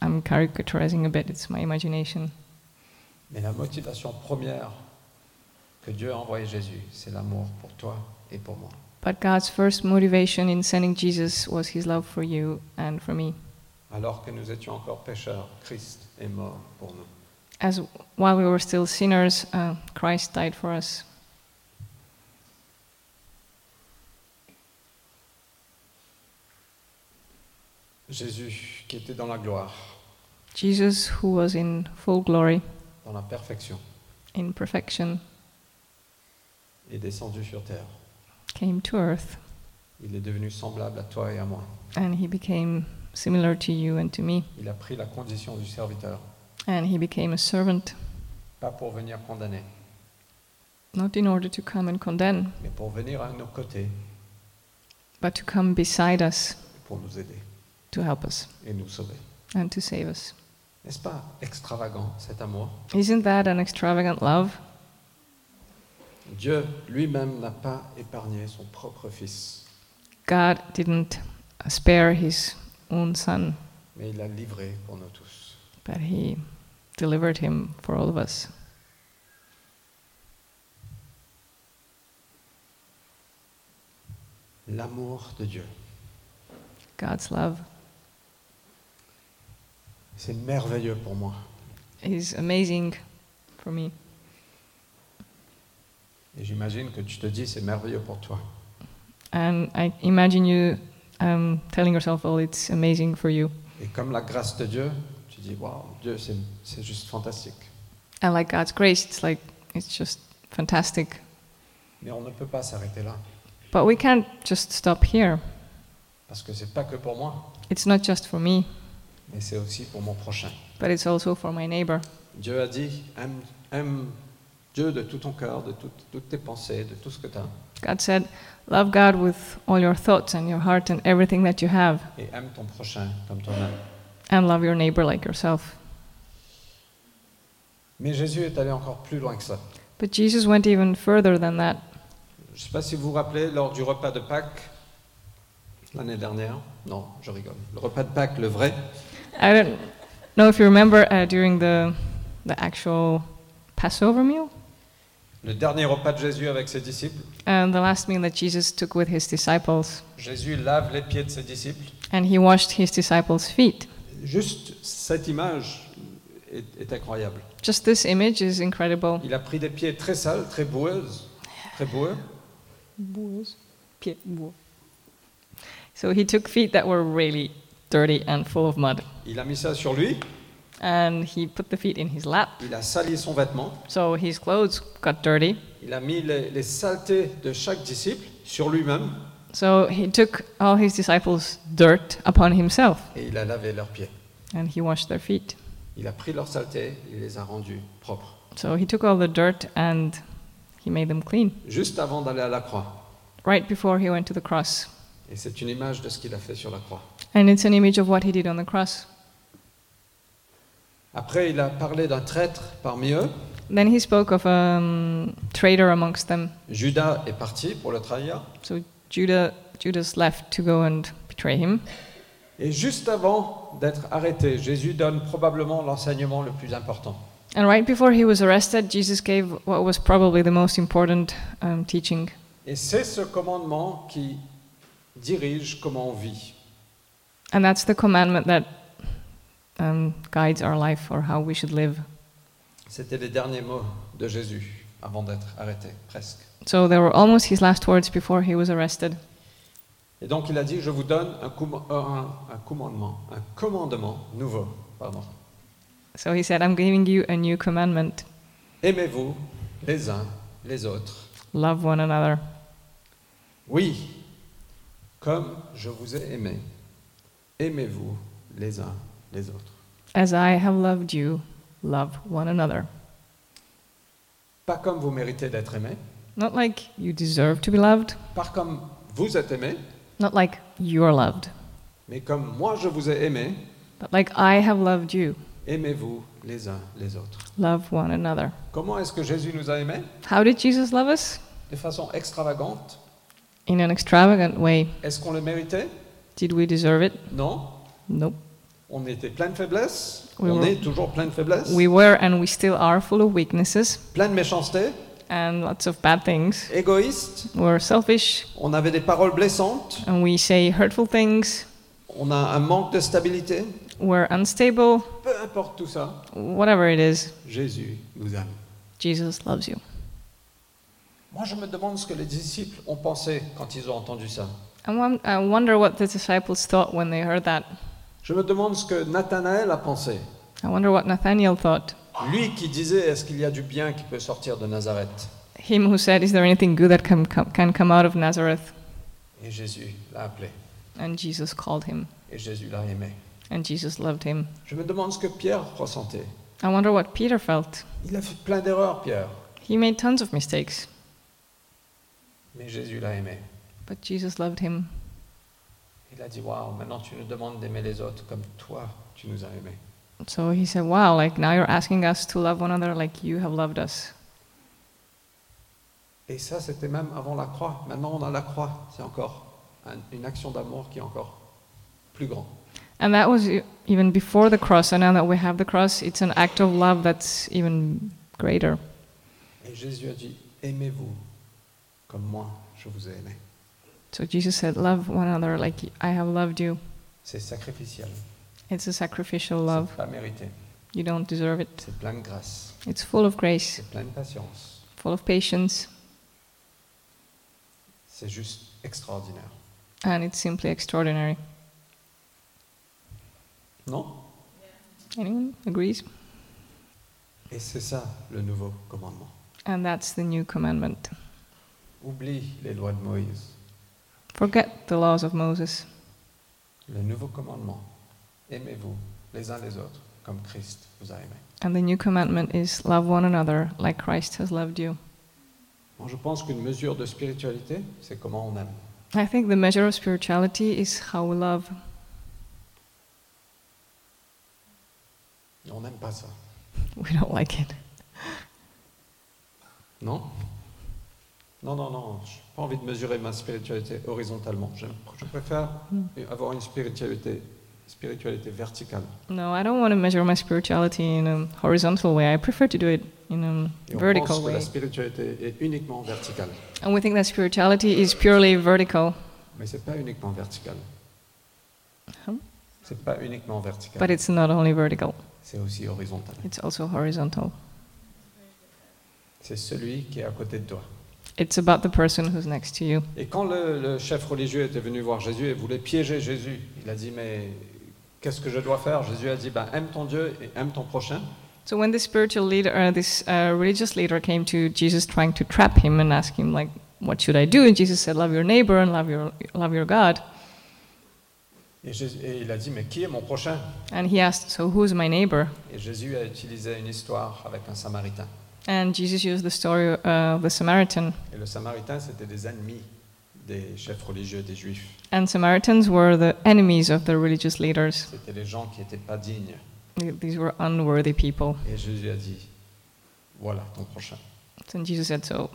Speaker 1: I'm caricaturizing a bit, it's my imagination.
Speaker 2: mais la motivation première que Dieu a envoyé Jésus, c'est l'amour pour toi et pour moi.
Speaker 1: But God's first motivation in sending Jesus was his love for you and for me.
Speaker 2: Alors que nous étions encore pécheurs, Christ est mort pour nous.
Speaker 1: As while we were still sinners, uh, Christ died for us.
Speaker 2: Jésus qui était dans la gloire,
Speaker 1: Jesus, who was in full glory,
Speaker 2: dans la perfection,
Speaker 1: in perfection,
Speaker 2: est descendu sur terre.
Speaker 1: came to earth
Speaker 2: Il est devenu semblable à toi et à moi.
Speaker 1: and he became similar to you and to me.
Speaker 2: Il a pris la condition du serviteur,
Speaker 1: And he became a servant,
Speaker 2: pas pour venir condamner,
Speaker 1: not in order to come and condemn,
Speaker 2: mais pour venir à nos côtés,
Speaker 1: but to come beside us
Speaker 2: pour nous aider
Speaker 1: to help us
Speaker 2: et nous sauver.
Speaker 1: and to save us.
Speaker 2: N'est-ce pas extravagant cet amour
Speaker 1: Isn't that an extravagant love?
Speaker 2: Dieu lui-même n'a pas épargné son propre fils,
Speaker 1: God didn't spare his own son,
Speaker 2: mais il l'a livré pour nous tous.
Speaker 1: but he delivered him for all of us.
Speaker 2: L'amour de Dieu,
Speaker 1: God's love
Speaker 2: c'est merveilleux pour moi.
Speaker 1: is amazing for me.
Speaker 2: Et j'imagine que tu te dis, c'est merveilleux pour toi.
Speaker 1: And I imagine you um, telling yourself, well, it's amazing for you.
Speaker 2: Et comme la grâce de Dieu, tu dis, waouh, Dieu, c'est c'est juste fantastique.
Speaker 1: And like God's grace, it's like, it's just fantastic.
Speaker 2: Mais on ne peut pas s'arrêter là,
Speaker 1: But we can't just stop here.
Speaker 2: parce que c'est pas que pour moi,
Speaker 1: It's not just for me,
Speaker 2: mais c'est aussi pour mon prochain.
Speaker 1: but it's also for my neighbor.
Speaker 2: Dieu a dit aime, aime Dieu de tout ton cœur, de tout- toutes tes pensées, de tout ce que tu as,
Speaker 1: God said, Love God with all your thoughts and your heart and everything that you have,
Speaker 2: et aime ton prochain comme toi-même.
Speaker 1: and love your neighbor like yourself.
Speaker 2: Mais Jésus est allé encore plus loin que ça.
Speaker 1: But Jesus went even further than that.
Speaker 2: Je ne sais pas si vous vous rappelez, lors du repas de Pâques, l'année dernière, non, je rigole, le repas de Pâques, le vrai,
Speaker 1: I don't know if you remember uh, during the, the actual Passover meal
Speaker 2: le dernier repas de Jésus avec ses disciples,
Speaker 1: and uh, the last meal that Jesus took with his disciples,
Speaker 2: Jésus lave les pieds de ses disciples.
Speaker 1: and he washed his disciples' feet.
Speaker 2: Juste cette image est, est incroyable.
Speaker 1: Just this image is incredible.
Speaker 2: Il a pris des pieds très sales, très boueuses, très boueux,
Speaker 1: So he took feet that were really dirty and full of mud,
Speaker 2: il a mis ça sur lui,
Speaker 1: and he put the feet in his lap.
Speaker 2: il a sali son vêtement,
Speaker 1: So his clothes got dirty.
Speaker 2: Il a mis les, les saletés de chaque disciple sur lui-même
Speaker 1: So he took all his disciples' dirt upon himself,
Speaker 2: et il a lavé leurs pieds.
Speaker 1: and he washed their feet.
Speaker 2: Il a pris leurs saletés, il les a rendus propres.
Speaker 1: So he took all the dirt and he made them clean.
Speaker 2: Juste avant d'aller à la croix,
Speaker 1: Right before he went to the cross,
Speaker 2: Et c'est une image de ce qu'il a fait sur la croix.
Speaker 1: And it's an image of what he did on the cross.
Speaker 2: Après, il a parlé d'un traître parmi eux.
Speaker 1: Then he spoke of a um, traitor amongst them.
Speaker 2: Judas est parti pour le trahir.
Speaker 1: So Judah, Judas left to go and betray him.
Speaker 2: Et juste avant d'être arrêté, Jésus donne probablement l'enseignement le plus important.
Speaker 1: And right before he was arrested, Jesus gave what was probably the most important um, teaching.
Speaker 2: Et c'est ce commandement qui dirige comment on vit.
Speaker 1: And that's the commandment that um, guides our life or how we should live.
Speaker 2: C'était les derniers mots de Jésus avant d'être arrêté, presque.
Speaker 1: So they were almost his last words before he was arrested.
Speaker 2: Et donc il a dit, je vous donne un, coum- euh, un- un commandement, un commandement nouveau. Pardon.
Speaker 1: So he said, I'm giving you a new commandment
Speaker 2: Aimez-vous les uns les autres.
Speaker 1: love one another.
Speaker 2: Oui, comme je vous ai aimé. Aimez-vous les uns les autres.
Speaker 1: As I have loved you, love one another.
Speaker 2: Pas comme vous méritez d'être aimé,
Speaker 1: Not like you deserve to be loved,
Speaker 2: pas comme vous êtes aimé,
Speaker 1: not like you're loved,
Speaker 2: mais comme moi je vous ai aimé.
Speaker 1: but like I have loved you,
Speaker 2: Aimez-vous les uns les autres.
Speaker 1: love one another.
Speaker 2: Comment est-ce que Jésus nous a aimés
Speaker 1: How did Jesus love us?
Speaker 2: De façon extravagante.
Speaker 1: In an extravagant way.
Speaker 2: Est-ce qu'on le méritait
Speaker 1: Did we deserve it?
Speaker 2: Non.
Speaker 1: Nope.
Speaker 2: On était plein de faiblesses.
Speaker 1: Oui,
Speaker 2: on
Speaker 1: oui.
Speaker 2: est toujours plein de faiblesses.
Speaker 1: We were and we still are full of weaknesses
Speaker 2: Plein de méchanceté,
Speaker 1: and lots of bad things.
Speaker 2: égoïste.
Speaker 1: We're selfish
Speaker 2: On avait des paroles blessantes.
Speaker 1: and we say hurtful things.
Speaker 2: On a un manque de stabilité.
Speaker 1: We're unstable.
Speaker 2: Peu importe tout ça,
Speaker 1: Whatever it is,
Speaker 2: Jésus nous aime.
Speaker 1: Jesus loves you.
Speaker 2: Moi, je me demande ce que les disciples ont pensé quand ils ont entendu ça.
Speaker 1: I, won- I wonder what the disciples thought when they heard that.
Speaker 2: Je me demande ce que Nathanaël a pensé.
Speaker 1: I wonder what Nathaniel thought.
Speaker 2: Lui qui disait Est-ce qu'il y a du bien qui peut sortir de Nazareth
Speaker 1: Him who said, Is there anything good that can, come- can come out of Nazareth?
Speaker 2: Et Jésus l'a appelé.
Speaker 1: And Jesus called him,
Speaker 2: Et Jésus l'a aimé.
Speaker 1: and Jesus loved him.
Speaker 2: Je me demande ce que Pierre ressentait.
Speaker 1: I wonder what Peter felt.
Speaker 2: Il a fait plein d'erreurs, Pierre.
Speaker 1: He made tons of mistakes,
Speaker 2: Mais Jésus l'a aimé.
Speaker 1: but Jesus loved him.
Speaker 2: Il a dit Waouh, maintenant tu nous demandes d'aimer les autres comme toi, tu nous as aimés.
Speaker 1: So he said, Wow, like now you're asking us to love one another like you have loved us.
Speaker 2: Et ça, c'était même avant la croix. Maintenant, on a la croix. C'est encore un- une action d'amour qui est encore plus grande.
Speaker 1: And that was e- even before the cross, and now that we have the cross, it's an act of love that's even greater.
Speaker 2: Et Jésus a dit Aimez-vous comme moi, je vous ai aimé.
Speaker 1: So Jesus said, Love one another like I have loved you.
Speaker 2: C'est sacrificiel.
Speaker 1: It's a sacrificial love.
Speaker 2: C'est pas mérité.
Speaker 1: You don't deserve it.
Speaker 2: C'est plein de grâce.
Speaker 1: It's full of grace,
Speaker 2: C'est plein de patience.
Speaker 1: full of patience,
Speaker 2: C'est juste extraordinaire.
Speaker 1: and it's simply extraordinary.
Speaker 2: Non
Speaker 1: Anyone agrees?
Speaker 2: Et c'est ça le nouveau commandement.
Speaker 1: And that's the new commandment.
Speaker 2: Oublie les lois de Moïse.
Speaker 1: Forget the laws of Moses.
Speaker 2: Le nouveau commandement. Aimez-vous les uns les autres comme Christ vous a aimé.
Speaker 1: And the new commandment is love one another like Christ has loved you.
Speaker 2: Moi, je pense qu'une mesure de spiritualité, c'est comment on aime.
Speaker 1: I think the measure of spirituality is how we love.
Speaker 2: Et on n'aime pas ça.
Speaker 1: We don't like it.
Speaker 2: Non Non, non, non. Je n'ai pas envie de mesurer ma spiritualité horizontalement. J'aime- Je préfère
Speaker 1: Hmm.
Speaker 2: avoir une spiritualité, spiritualité verticale.
Speaker 1: No, I don't want to measure my spirituality in a horizontal way. I prefer to do it in
Speaker 2: Et
Speaker 1: a
Speaker 2: on
Speaker 1: vertical
Speaker 2: pense que la
Speaker 1: way.
Speaker 2: spiritualité est uniquement verticale.
Speaker 1: And we think that spirituality is purely vertical,
Speaker 2: Mais ce n'est pas uniquement vertical.
Speaker 1: Hum.
Speaker 2: Ce n'est pas uniquement vertical.
Speaker 1: but it's not only vertical,
Speaker 2: C'est aussi horizontal.
Speaker 1: it's also horizontal.
Speaker 2: C'est celui qui est à côté de toi.
Speaker 1: It's about the person who's next to you.
Speaker 2: Et quand le, le chef religieux était venu voir Jésus et voulait piéger Jésus, il a dit Mais qu'est-ce que je dois faire Jésus a dit ben, Aime ton Dieu et aime ton prochain.
Speaker 1: So when this spiritual leader, uh, this uh, religious leader came to Jesus trying to trap him and ask him like, what should I do? And Jesus said, love your neighbor and love your, love your God.
Speaker 2: Et, Jésus- et il a dit Mais qui est mon prochain
Speaker 1: And he asked, so who's my neighbor?
Speaker 2: Et Jésus a utilisé une histoire avec un Samaritain.
Speaker 1: And Jesus used the story uh, of the Samaritan.
Speaker 2: Et le Samaritain, c'était des ennemis des chefs religieux des Juifs.
Speaker 1: And Samaritans were the enemies of the religious leaders.
Speaker 2: C'était les gens qui n'étaient pas dignes.
Speaker 1: These were unworthy people.
Speaker 2: Et Jésus a dit, voilà ton prochain.
Speaker 1: And Jesus said, So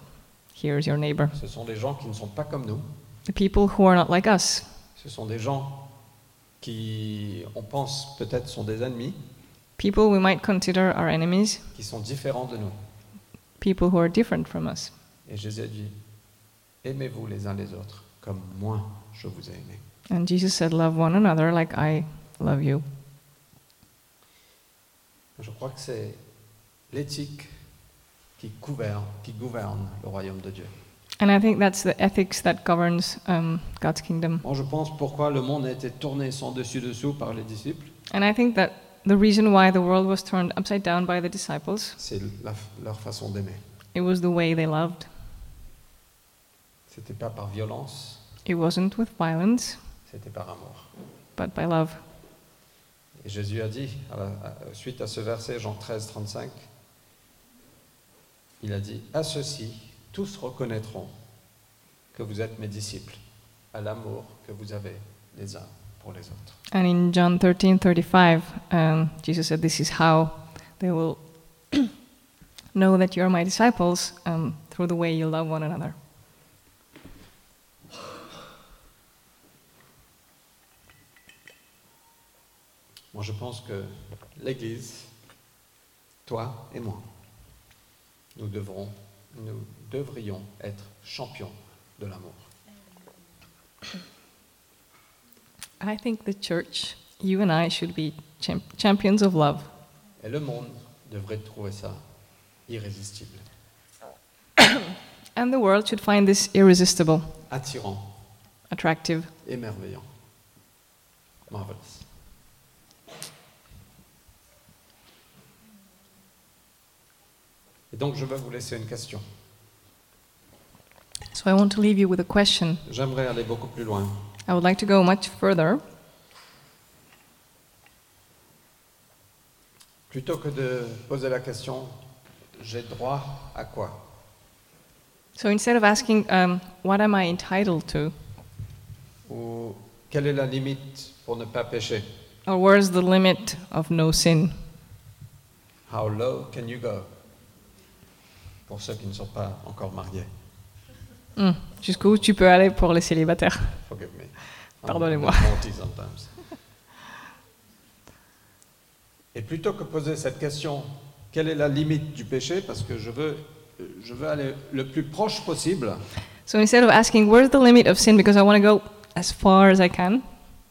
Speaker 1: here's your neighbor.
Speaker 2: Ce sont des gens qui ne sont pas comme nous.
Speaker 1: The people who are not like us.
Speaker 2: Ce sont des gens qui, on pense peut-être, sont des ennemis,
Speaker 1: People we might consider our enemies.
Speaker 2: qui sont différents de nous.
Speaker 1: People who are different from us.
Speaker 2: Et Jésus a dit, aimez-vous les uns les autres, comme moi je vous ai aimé.
Speaker 1: And Jesus said, Love one another like I love you.
Speaker 2: Je crois que c'est l'éthique qui gouverne, qui gouverne le royaume de Dieu.
Speaker 1: And I think that's the ethics that governs um, God's kingdom.
Speaker 2: Moi, je pense pourquoi le monde a été tourné sans dessus-dessous par les disciples,
Speaker 1: And I think that the reason why the world was turned upside down by the disciples,
Speaker 2: c'est la- leur façon d'aimer.
Speaker 1: it was the way they loved.
Speaker 2: C'était pas par violence,
Speaker 1: It wasn't with violence,
Speaker 2: c'était par amour.
Speaker 1: but by love.
Speaker 2: Et Jésus a dit, à la- à- suite à ce verset, Jean 13, 35, il a dit À ceci, tous reconnaîtront que vous êtes mes disciples, à l'amour que vous avez les uns pour les autres.
Speaker 1: And in John 13:35, um, Jesus said, This is how they will know that you are my disciples um, through the way you love one another.
Speaker 2: Moi, je pense que l'Église, toi et moi, nous devrons, nous devrions être champions de l'amour.
Speaker 1: I think the church, you and I, should be champ- champions of love.
Speaker 2: Et le monde devrait trouver ça irrésistible,
Speaker 1: And the world should find this irresistible,
Speaker 2: attirant,
Speaker 1: attractive,
Speaker 2: émerveillant. Marvelous. Et donc, je vais vous laisser une question.
Speaker 1: So I want to leave you with a question.
Speaker 2: J'aimerais aller beaucoup plus loin.
Speaker 1: I would like to go much further.
Speaker 2: Plutôt que de poser la question, j'ai droit à quoi
Speaker 1: So instead of asking, um, what am I entitled to?
Speaker 2: Ou quelle est la limite pour ne pas pécher
Speaker 1: Or where's the limit of no sin?
Speaker 2: How low can you go Pour ceux qui ne sont pas encore mariés,
Speaker 1: Hmm, Jusqu'où tu peux aller pour les célibataires?
Speaker 2: forgive me.
Speaker 1: Pardonnez-moi.
Speaker 2: I'm naughty sometimes. Et plutôt que poser cette question, quelle est la limite du péché Parce que je veux, je veux aller le plus proche possible.
Speaker 1: So instead of asking, where's the limit of sin? Because I want to go as far as I can.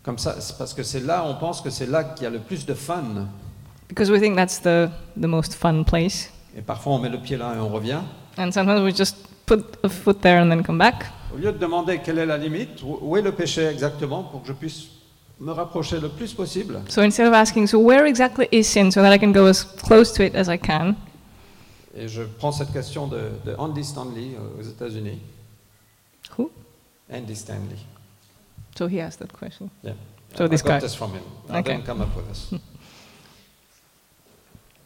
Speaker 2: Comme ça, c'est parce que c'est là, on pense que c'est là qu'il y a le plus de fun.
Speaker 1: Because we think that's the, the most fun place.
Speaker 2: Et parfois, on met le pied là et on revient.
Speaker 1: And sometimes we just put a foot there and then come back.
Speaker 2: Au lieu de demander quelle est la limite, où où est le péché exactement pour que je puisse me rapprocher le plus possible,
Speaker 1: So instead of asking, so where exactly is sin so that I can go as close to it as I can?
Speaker 2: et je prends cette question de, de Andy Stanley euh, aux États-Unis.
Speaker 1: Who?
Speaker 2: Andy Stanley.
Speaker 1: So he asked that question.
Speaker 2: Yeah.
Speaker 1: So
Speaker 2: I
Speaker 1: this
Speaker 2: got
Speaker 1: guy.
Speaker 2: this from him. I
Speaker 1: Okay.
Speaker 2: didn't come up with this.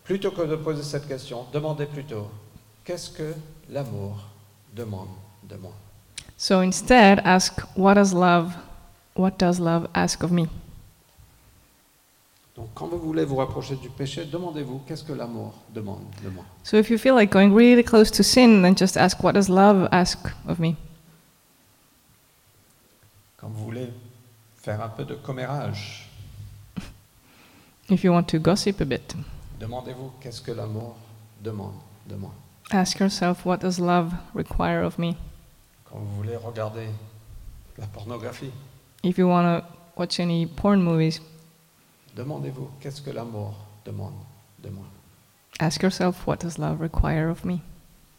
Speaker 2: plutôt que de poser cette question, demandez plutôt qu'est-ce que l'amour demande de moi
Speaker 1: So instead, ask, what does love, what does love ask of me?
Speaker 2: Donc, quand vous voulez vous rapprocher du péché, demandez-vous qu'est-ce que l'amour demande de moi
Speaker 1: So if you feel like going really close to sin, then just ask, what does love ask of me?
Speaker 2: Quand vous voulez faire un peu de commérage,
Speaker 1: If you want to gossip a bit,
Speaker 2: Demandez-vous qu'est-ce que l'amour demande de moi.
Speaker 1: ask yourself, what does love require of me?
Speaker 2: Quand vous voulez regarder la pornographie,
Speaker 1: If you want to watch any porn movies,
Speaker 2: demandez-vous qu'est-ce que l'amour demande de moi.
Speaker 1: ask yourself, what does love require of me?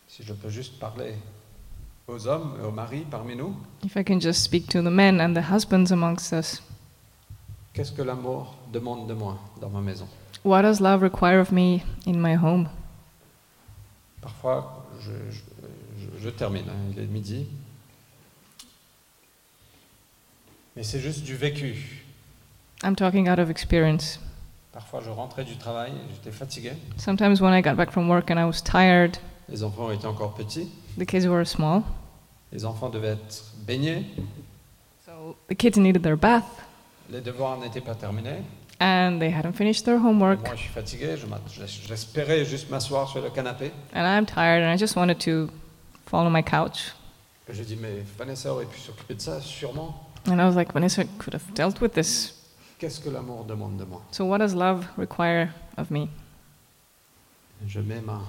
Speaker 2: Si je peux juste parler aux hommes et aux maris parmi nous,
Speaker 1: If I can just speak to the men and the husbands amongst us,
Speaker 2: qu'est-ce que l'amour demande de moi dans ma maison.
Speaker 1: what does love require of me in my home?
Speaker 2: Parfois, je, je- je- je termine, hein, il est midi. Mais c'est juste du vécu.
Speaker 1: I'm talking out of experience.
Speaker 2: Parfois, je rentrais du travail, j'étais fatigué,
Speaker 1: Sometimes when I got back from work and I was tired,
Speaker 2: les enfants étaient encore petits.
Speaker 1: the kids were small,
Speaker 2: Les enfants devaient être baignés,
Speaker 1: So the kids needed their bath
Speaker 2: les devoirs n'étaient pas terminés.
Speaker 1: and they hadn't finished their homework.
Speaker 2: Moi, je suis fatigué, je m'a- je- j'espérais juste m'asseoir sur le canapé.
Speaker 1: And I'm tired and I just wanted to fall on my couch.
Speaker 2: J'ai dit, mais Vanessa aurait pu s'occuper de ça, sûrement.
Speaker 1: And I was like, Vanessa could have dealt with this.
Speaker 2: Qu'est-ce que l'amour demande de moi
Speaker 1: So what does love require of me?
Speaker 2: Je mets ma-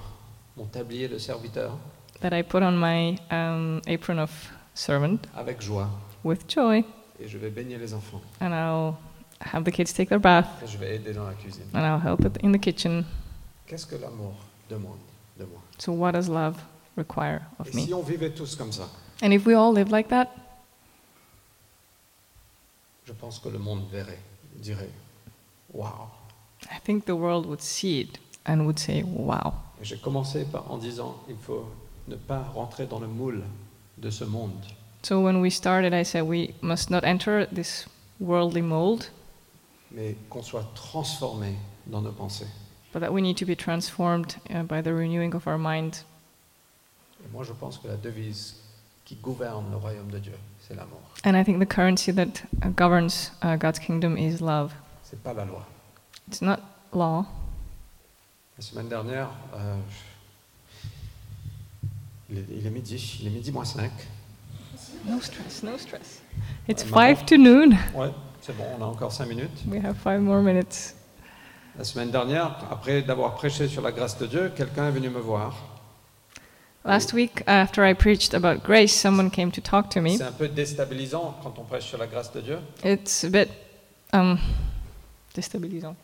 Speaker 2: mon tablier de serviteur
Speaker 1: That I put on my um, apron of servant
Speaker 2: avec joie
Speaker 1: with joy
Speaker 2: et je vais baigner les enfants.
Speaker 1: and I'll have the kids take their bath
Speaker 2: Et je vais aider dans la cuisine.
Speaker 1: and I'll help it in the kitchen.
Speaker 2: Qu'est-ce que l'amour demande de moi
Speaker 1: So what does love require
Speaker 2: Et
Speaker 1: of
Speaker 2: si
Speaker 1: me?
Speaker 2: on vivait tous comme ça,
Speaker 1: And if we all lived like that,
Speaker 2: je pense que le monde verrait, dirait, waouh.
Speaker 1: I think the world would see it and would say, wow.
Speaker 2: Et J'ai commencé par, en disant, il faut ne pas rentrer dans le moule de ce monde.
Speaker 1: So when we started, I said we must not enter this worldly mold,
Speaker 2: mais qu'on soit transformé dans nos pensées.
Speaker 1: but that we need to be transformed uh, by the renewing of our mind.
Speaker 2: Et moi, je pense que la devise qui gouverne le royaume de Dieu, c'est l'amour.
Speaker 1: And I think the currency that uh, governs uh, God's kingdom is love.
Speaker 2: C'est pas la loi.
Speaker 1: It's not law.
Speaker 2: La semaine dernière, euh, je- il, est, il est midi, il est midi moins 5.
Speaker 1: No stress, no stress. It's
Speaker 2: Uh,
Speaker 1: five
Speaker 2: Mama?
Speaker 1: to noon.
Speaker 2: Ouais, c'est bon, on a encore 5 minutes.
Speaker 1: We have five more minutes.
Speaker 2: La semaine dernière, après d'avoir prêché sur la grâce de Dieu, quelqu'un est venu me voir.
Speaker 1: Last week, uh, after I preached about grace, someone came to talk to me.
Speaker 2: C'est un peu déstabilisant quand on prêche sur la grâce de Dieu.
Speaker 1: It's a bit um, destabilizing.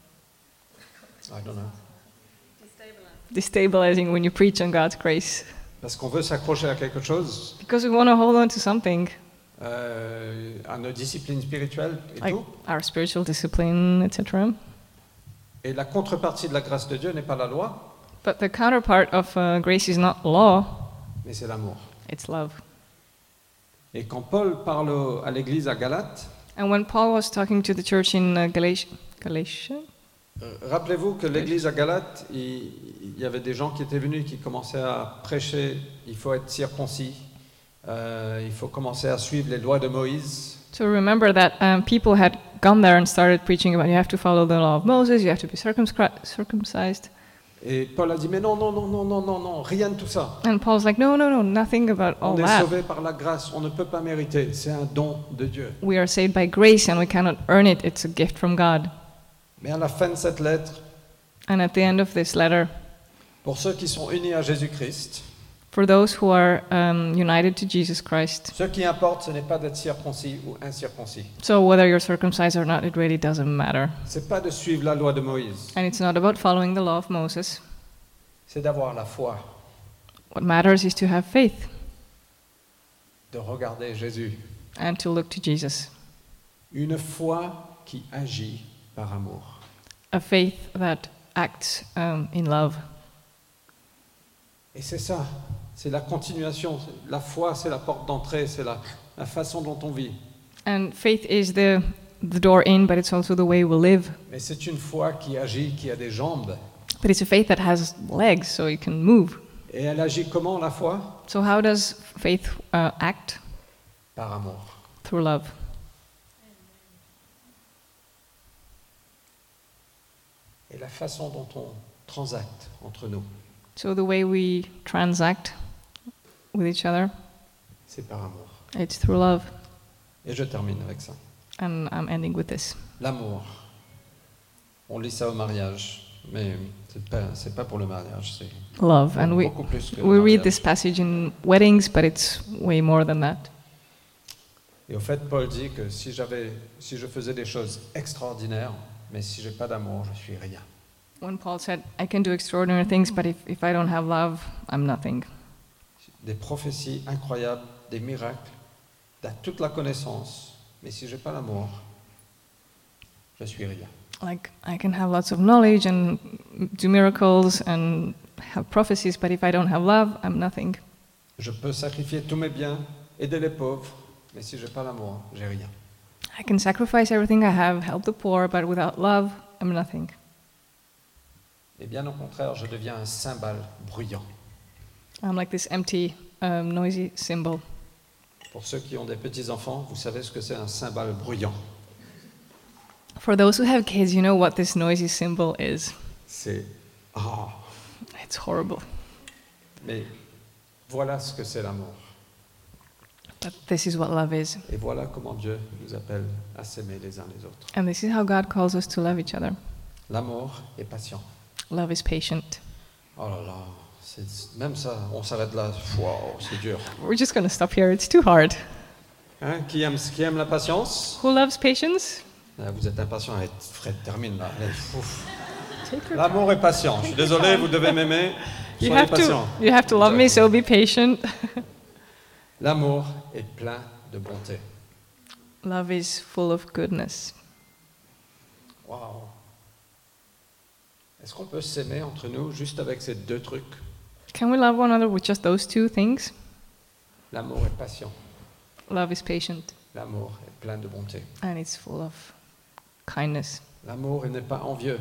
Speaker 2: I don't know.
Speaker 1: destabilizing when you preach on God's grace
Speaker 2: Parce qu'on veut s'accrocher à quelque chose,
Speaker 1: because we want to hold on to something
Speaker 2: euh, à nos disciplines spirituelles et
Speaker 1: like
Speaker 2: tout.
Speaker 1: our spiritual discipline, etc.
Speaker 2: Et la contrepartie de la grâce de Dieu n'est pas la loi,
Speaker 1: But the counterpart of uh, grace is not law,
Speaker 2: mais c'est l'amour.
Speaker 1: it's love.
Speaker 2: Et quand Paul parle au- à l'église à Galate,
Speaker 1: And when Paul was talking to the church in uh, Galatia, Galatia,
Speaker 2: euh, rappelez-vous que l'église à Galate, il, il y avait des gens qui étaient venus, qui commençaient à prêcher, il faut être circoncis, euh, il faut commencer à suivre les lois de Moïse.
Speaker 1: so remember that um, people had gone there and started preaching about you have to follow the law of Moses, you have to be circumscri- circumcised.
Speaker 2: Et Paul a dit, mais non, non, non, non, non, non, non, rien de tout ça.
Speaker 1: And Paul's like, no, no, no, nothing about all
Speaker 2: On est
Speaker 1: that.
Speaker 2: sauvé par la grâce, on ne peut pas mériter, c'est un don de Dieu.
Speaker 1: We are saved by grace and we cannot earn it, it's a gift from God.
Speaker 2: Mais à la fin de cette lettre,
Speaker 1: And at the end of this letter,
Speaker 2: pour ceux qui sont unis à Jésus-Christ,
Speaker 1: For those who are um, united to Jesus Christ,
Speaker 2: ce qui importe, ce n'est pas d'être circoncis ou incirconcis.
Speaker 1: so whether you're circumcised or not, it really doesn't matter.
Speaker 2: C'est pas de suivre la loi de Moïse,
Speaker 1: And it's not about following the law of Moses.
Speaker 2: c'est d'avoir la foi,
Speaker 1: What matters is to have faith
Speaker 2: de regarder Jésus.
Speaker 1: and to look to Jesus.
Speaker 2: Une foi qui agit par amour.
Speaker 1: A faith that acts um, in love.
Speaker 2: Et c'est ça, c'est la continuation. La foi, c'est la porte d'entrée, c'est la, la façon dont on vit.
Speaker 1: And faith is the, the door in, but it's also the way we live.
Speaker 2: Mais c'est une foi qui agit, qui a des jambes.
Speaker 1: But it's a faith that has legs, so you can move.
Speaker 2: Et elle agit comment la foi
Speaker 1: So, how does faith uh, act?
Speaker 2: Par amour.
Speaker 1: Through love.
Speaker 2: Et la façon dont on transacte entre nous,
Speaker 1: So, the way we transact with each other,
Speaker 2: c'est par amour.
Speaker 1: it's through love.
Speaker 2: Et je termine avec ça.
Speaker 1: And I'm ending with this.
Speaker 2: L'amour. On lit ça au mariage, mais c'est pas, c'est pas pour le mariage, c'est
Speaker 1: Love. And we,
Speaker 2: beaucoup plus que le
Speaker 1: we read
Speaker 2: mariage.
Speaker 1: this passage in weddings, but it's way more than that.
Speaker 2: Et au fait, Paul dit que si j'avais, si je faisais des choses extraordinaires, mais si j'ai pas d'amour, je suis rien.
Speaker 1: When Paul said, I can do extraordinary things, but if, if I don't have love, I'm nothing.
Speaker 2: Des prophéties incroyables, des miracles, de toute la connaissance, mais si j'ai pas l'amour, je suis rien.
Speaker 1: Like, I can have lots of knowledge and do miracles and have prophecies, but if I don't have love, I'm nothing.
Speaker 2: Je peux sacrifier tous mes biens, aider les pauvres, mais si j'ai pas l'amour, j'ai rien.
Speaker 1: I can sacrifice everything I have, help the poor, but without love, I'm nothing.
Speaker 2: Et bien au contraire, je deviens un cymbale bruyant.
Speaker 1: I'm like this empty, um, noisy symbol.
Speaker 2: Pour ceux qui ont des petits-enfants, vous savez ce que c'est un cymbale bruyant.
Speaker 1: For those who have kids, you know what this noisy symbol is.
Speaker 2: C'est Ah
Speaker 1: It's horrible.
Speaker 2: Mais voilà ce que c'est l'amour.
Speaker 1: But this is what love is.
Speaker 2: Et voilà comment Dieu nous appelle à s'aimer les uns les autres.
Speaker 1: And this is how God calls us to love each other.
Speaker 2: L'amour est patient.
Speaker 1: Love is patient.
Speaker 2: Oh là là, c'est- même ça, on s'arrête là. Waouh, c'est dur.
Speaker 1: We're just going to stop here. It's too hard.
Speaker 2: Hein, qui, aime, qui aime la patience
Speaker 1: Who loves patience?
Speaker 2: Ah, Vous êtes impatient. Allez, Fred, termine là. Allez, ouf.
Speaker 1: Take your
Speaker 2: L'amour est patient. Je suis désolé, vous devez m'aimer.
Speaker 1: You
Speaker 2: Soyez
Speaker 1: have
Speaker 2: patient.
Speaker 1: to you have to love me, so be patient.
Speaker 2: L'amour est plein de bonté.
Speaker 1: love is full of goodness.
Speaker 2: Waouh. Est-ce qu'on peut s'aimer entre nous juste avec ces deux trucs
Speaker 1: Can we love one another with just those two things?
Speaker 2: L'amour est patient.
Speaker 1: Love is patient
Speaker 2: L'amour est plein de bonté.
Speaker 1: and it's full of kindness.
Speaker 2: L'amour il n'est pas envieux.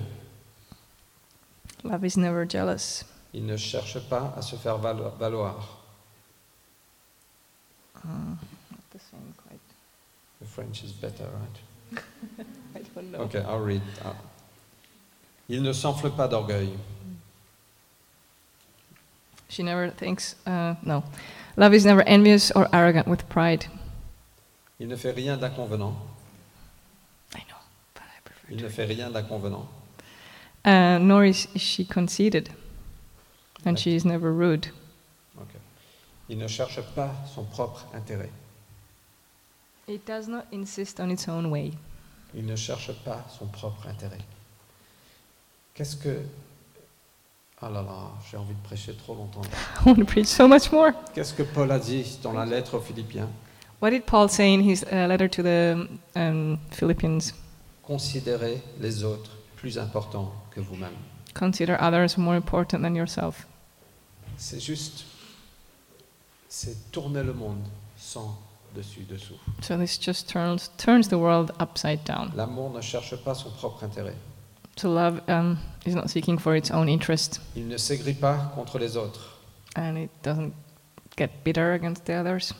Speaker 1: Love is never jealous.
Speaker 2: Il ne cherche pas à se faire valo- valoir.
Speaker 1: Not the same quite.
Speaker 2: The French is better, right?
Speaker 1: I don't
Speaker 2: Okay, I'll read. Ah. Il ne s'enfle pas d'orgueil.
Speaker 1: She never thinks uh, no. Love is never envious or arrogant with pride.
Speaker 2: Il ne fait rien d'inconvenant.
Speaker 1: I know, but I prefer
Speaker 2: Il
Speaker 1: to.
Speaker 2: ne fait rien d'inconvenant.
Speaker 1: Uh, nor is she conceited, and she is never rude.
Speaker 2: Ok. Il ne cherche pas son propre intérêt.
Speaker 1: It does not insist on its own way.
Speaker 2: Il ne cherche pas son propre intérêt. Qu'est-ce que... Ah là là, j'ai envie de prêcher trop longtemps.
Speaker 1: I want to preach so much more.
Speaker 2: Qu'est-ce que Paul a dit dans la lettre aux Philippiens
Speaker 1: What did Paul say in his uh, letter to the um, Philippians?
Speaker 2: Considérez les autres plus importants que vous-même.
Speaker 1: Consider others more important than yourself.
Speaker 2: C'est juste, c'est tourner le monde sans dessus-dessous.
Speaker 1: So this just turns turns the world upside down.
Speaker 2: L'amour ne cherche pas son propre intérêt.
Speaker 1: To love um, is not seeking for its own interest,
Speaker 2: Il ne s'aigrit pas contre les autres.
Speaker 1: and it doesn't get bitter against the others.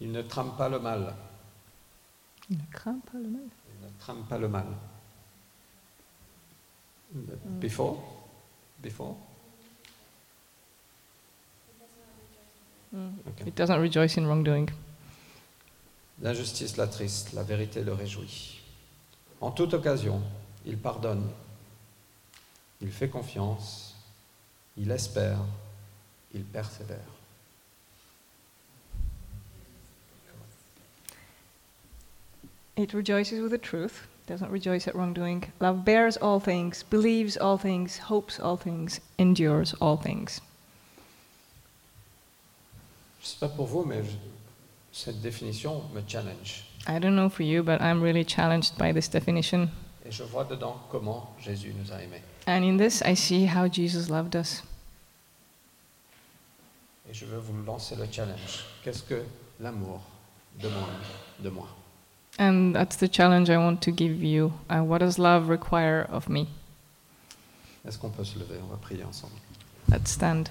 Speaker 2: Il ne trame pas le mal. Il ne trame pas le mal. Before Before Ok.
Speaker 1: It doesn't rejoice in wrongdoing.
Speaker 2: L'injustice l'attriste, la vérité le réjouit. En toute occasion, il pardonne, il fait confiance, il espère, il persévère.
Speaker 1: It rejoices with the truth, doesn't rejoice at wrongdoing. Love bears all things, believes all things, hopes all things, endures all things.
Speaker 2: Je ne sais pas pour vous, mais je- cette définition me challenge.
Speaker 1: I don't know for you, but I'm really challenged by this definition.
Speaker 2: Et je vois dedans comment Jésus nous a aimés.
Speaker 1: And in this, I see how Jesus loved us.
Speaker 2: Et je veux vous lancer le challenge. Qu'est-ce que l'amour demande de moi
Speaker 1: And that's the challenge I want to give you. Uh, what does love require of me?
Speaker 2: Est-ce qu'on peut se lever On va prier ensemble.
Speaker 1: Let's stand.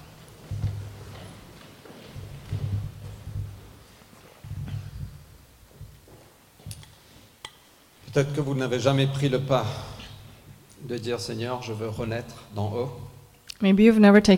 Speaker 2: Peut-être que vous n'avez jamais pris le pas de dire Seigneur, je veux renaître d'en haut.
Speaker 1: Maybe you've never taken